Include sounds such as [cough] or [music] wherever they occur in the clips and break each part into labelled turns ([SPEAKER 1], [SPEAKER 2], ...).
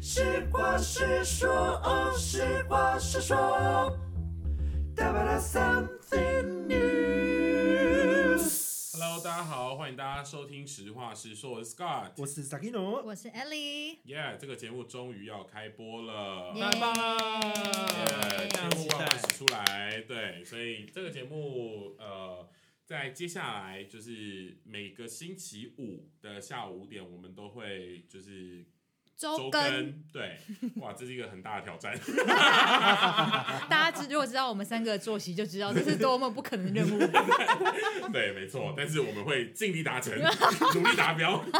[SPEAKER 1] 是瓜是说，哦，是瓜是说。Da ba da something news.
[SPEAKER 2] Hello，大家好，欢迎大家收听《实话实说》，我是 Scott。
[SPEAKER 3] 我是 Sakino，
[SPEAKER 4] 我是 Ellie，
[SPEAKER 2] Yeah，这个节目终于要开播了。
[SPEAKER 4] 耶
[SPEAKER 3] 太棒了
[SPEAKER 2] Yeah，
[SPEAKER 4] 耶
[SPEAKER 2] 千
[SPEAKER 3] 期
[SPEAKER 2] 呼
[SPEAKER 3] 待
[SPEAKER 2] 万唤始出来，对，所以这个节目呃，在接下来就是每个星期五的下午五点，我们都会就是
[SPEAKER 4] 周更，
[SPEAKER 2] 更，对，哇，这是一个很大的挑战。
[SPEAKER 4] 大家知如果知道我们三个的作息，就知道这是多么不可能的
[SPEAKER 2] [laughs]
[SPEAKER 4] 任务。
[SPEAKER 2] 对，没错，但是我们会尽力
[SPEAKER 4] [laughs]
[SPEAKER 2] 达成，努力达标。 [laughs]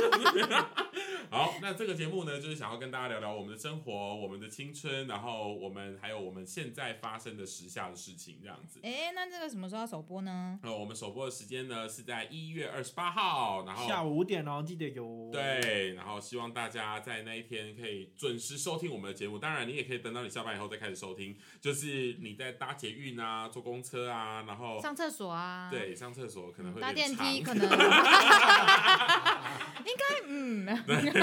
[SPEAKER 2] 好，那这个节目呢，就是想要跟大家聊聊我们的生活、我们的青春，然后我们还有我们现在发生的时下的事情，这样子。呃
[SPEAKER 4] 哎，那这个什么时候要首播呢？
[SPEAKER 2] 那我们首播的时间呢是在一月二十八号，然后
[SPEAKER 3] 下午五点哦，记得有。，
[SPEAKER 2] 对，然后希望大家在那一天可以准时收听我们的节目。当然，你也可以等到你下班以后再开始收听，就是你在搭捷运啊、坐公车啊，然后
[SPEAKER 4] 上厕所啊，
[SPEAKER 2] 对上厕所可能会有
[SPEAKER 4] 搭
[SPEAKER 2] 点
[SPEAKER 4] 电梯
[SPEAKER 2] 长 [laughs]
[SPEAKER 4] 可能，应该嗯，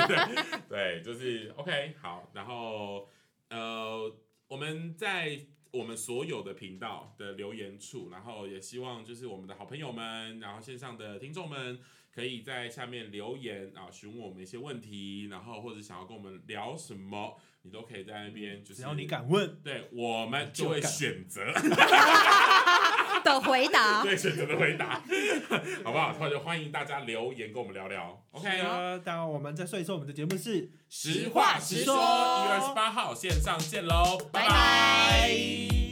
[SPEAKER 2] [laughs] 对，就是 OK 好，然后呃，我们在我们所有的频道的留言处，然后也希望就是我们的好朋友们，然后线上的听众们，可以在下面留言啊，询问我们一些问题，然后或者想要跟我们聊什么，你都可以在那边，就是
[SPEAKER 3] 只要你，敢问，
[SPEAKER 2] 对我们就会
[SPEAKER 3] 就敢
[SPEAKER 2] 选择。
[SPEAKER 4] [laughs]
[SPEAKER 2] [laughs]
[SPEAKER 4] 的回答。
[SPEAKER 2] 对选择的回答，好不好？那就欢迎大家留言跟我们聊聊，OK 哦
[SPEAKER 3] 是啊当然我们在所以说我们的节目是
[SPEAKER 2] 实话实说，一月二十八号线上见喽，拜
[SPEAKER 4] 拜拜
[SPEAKER 2] 拜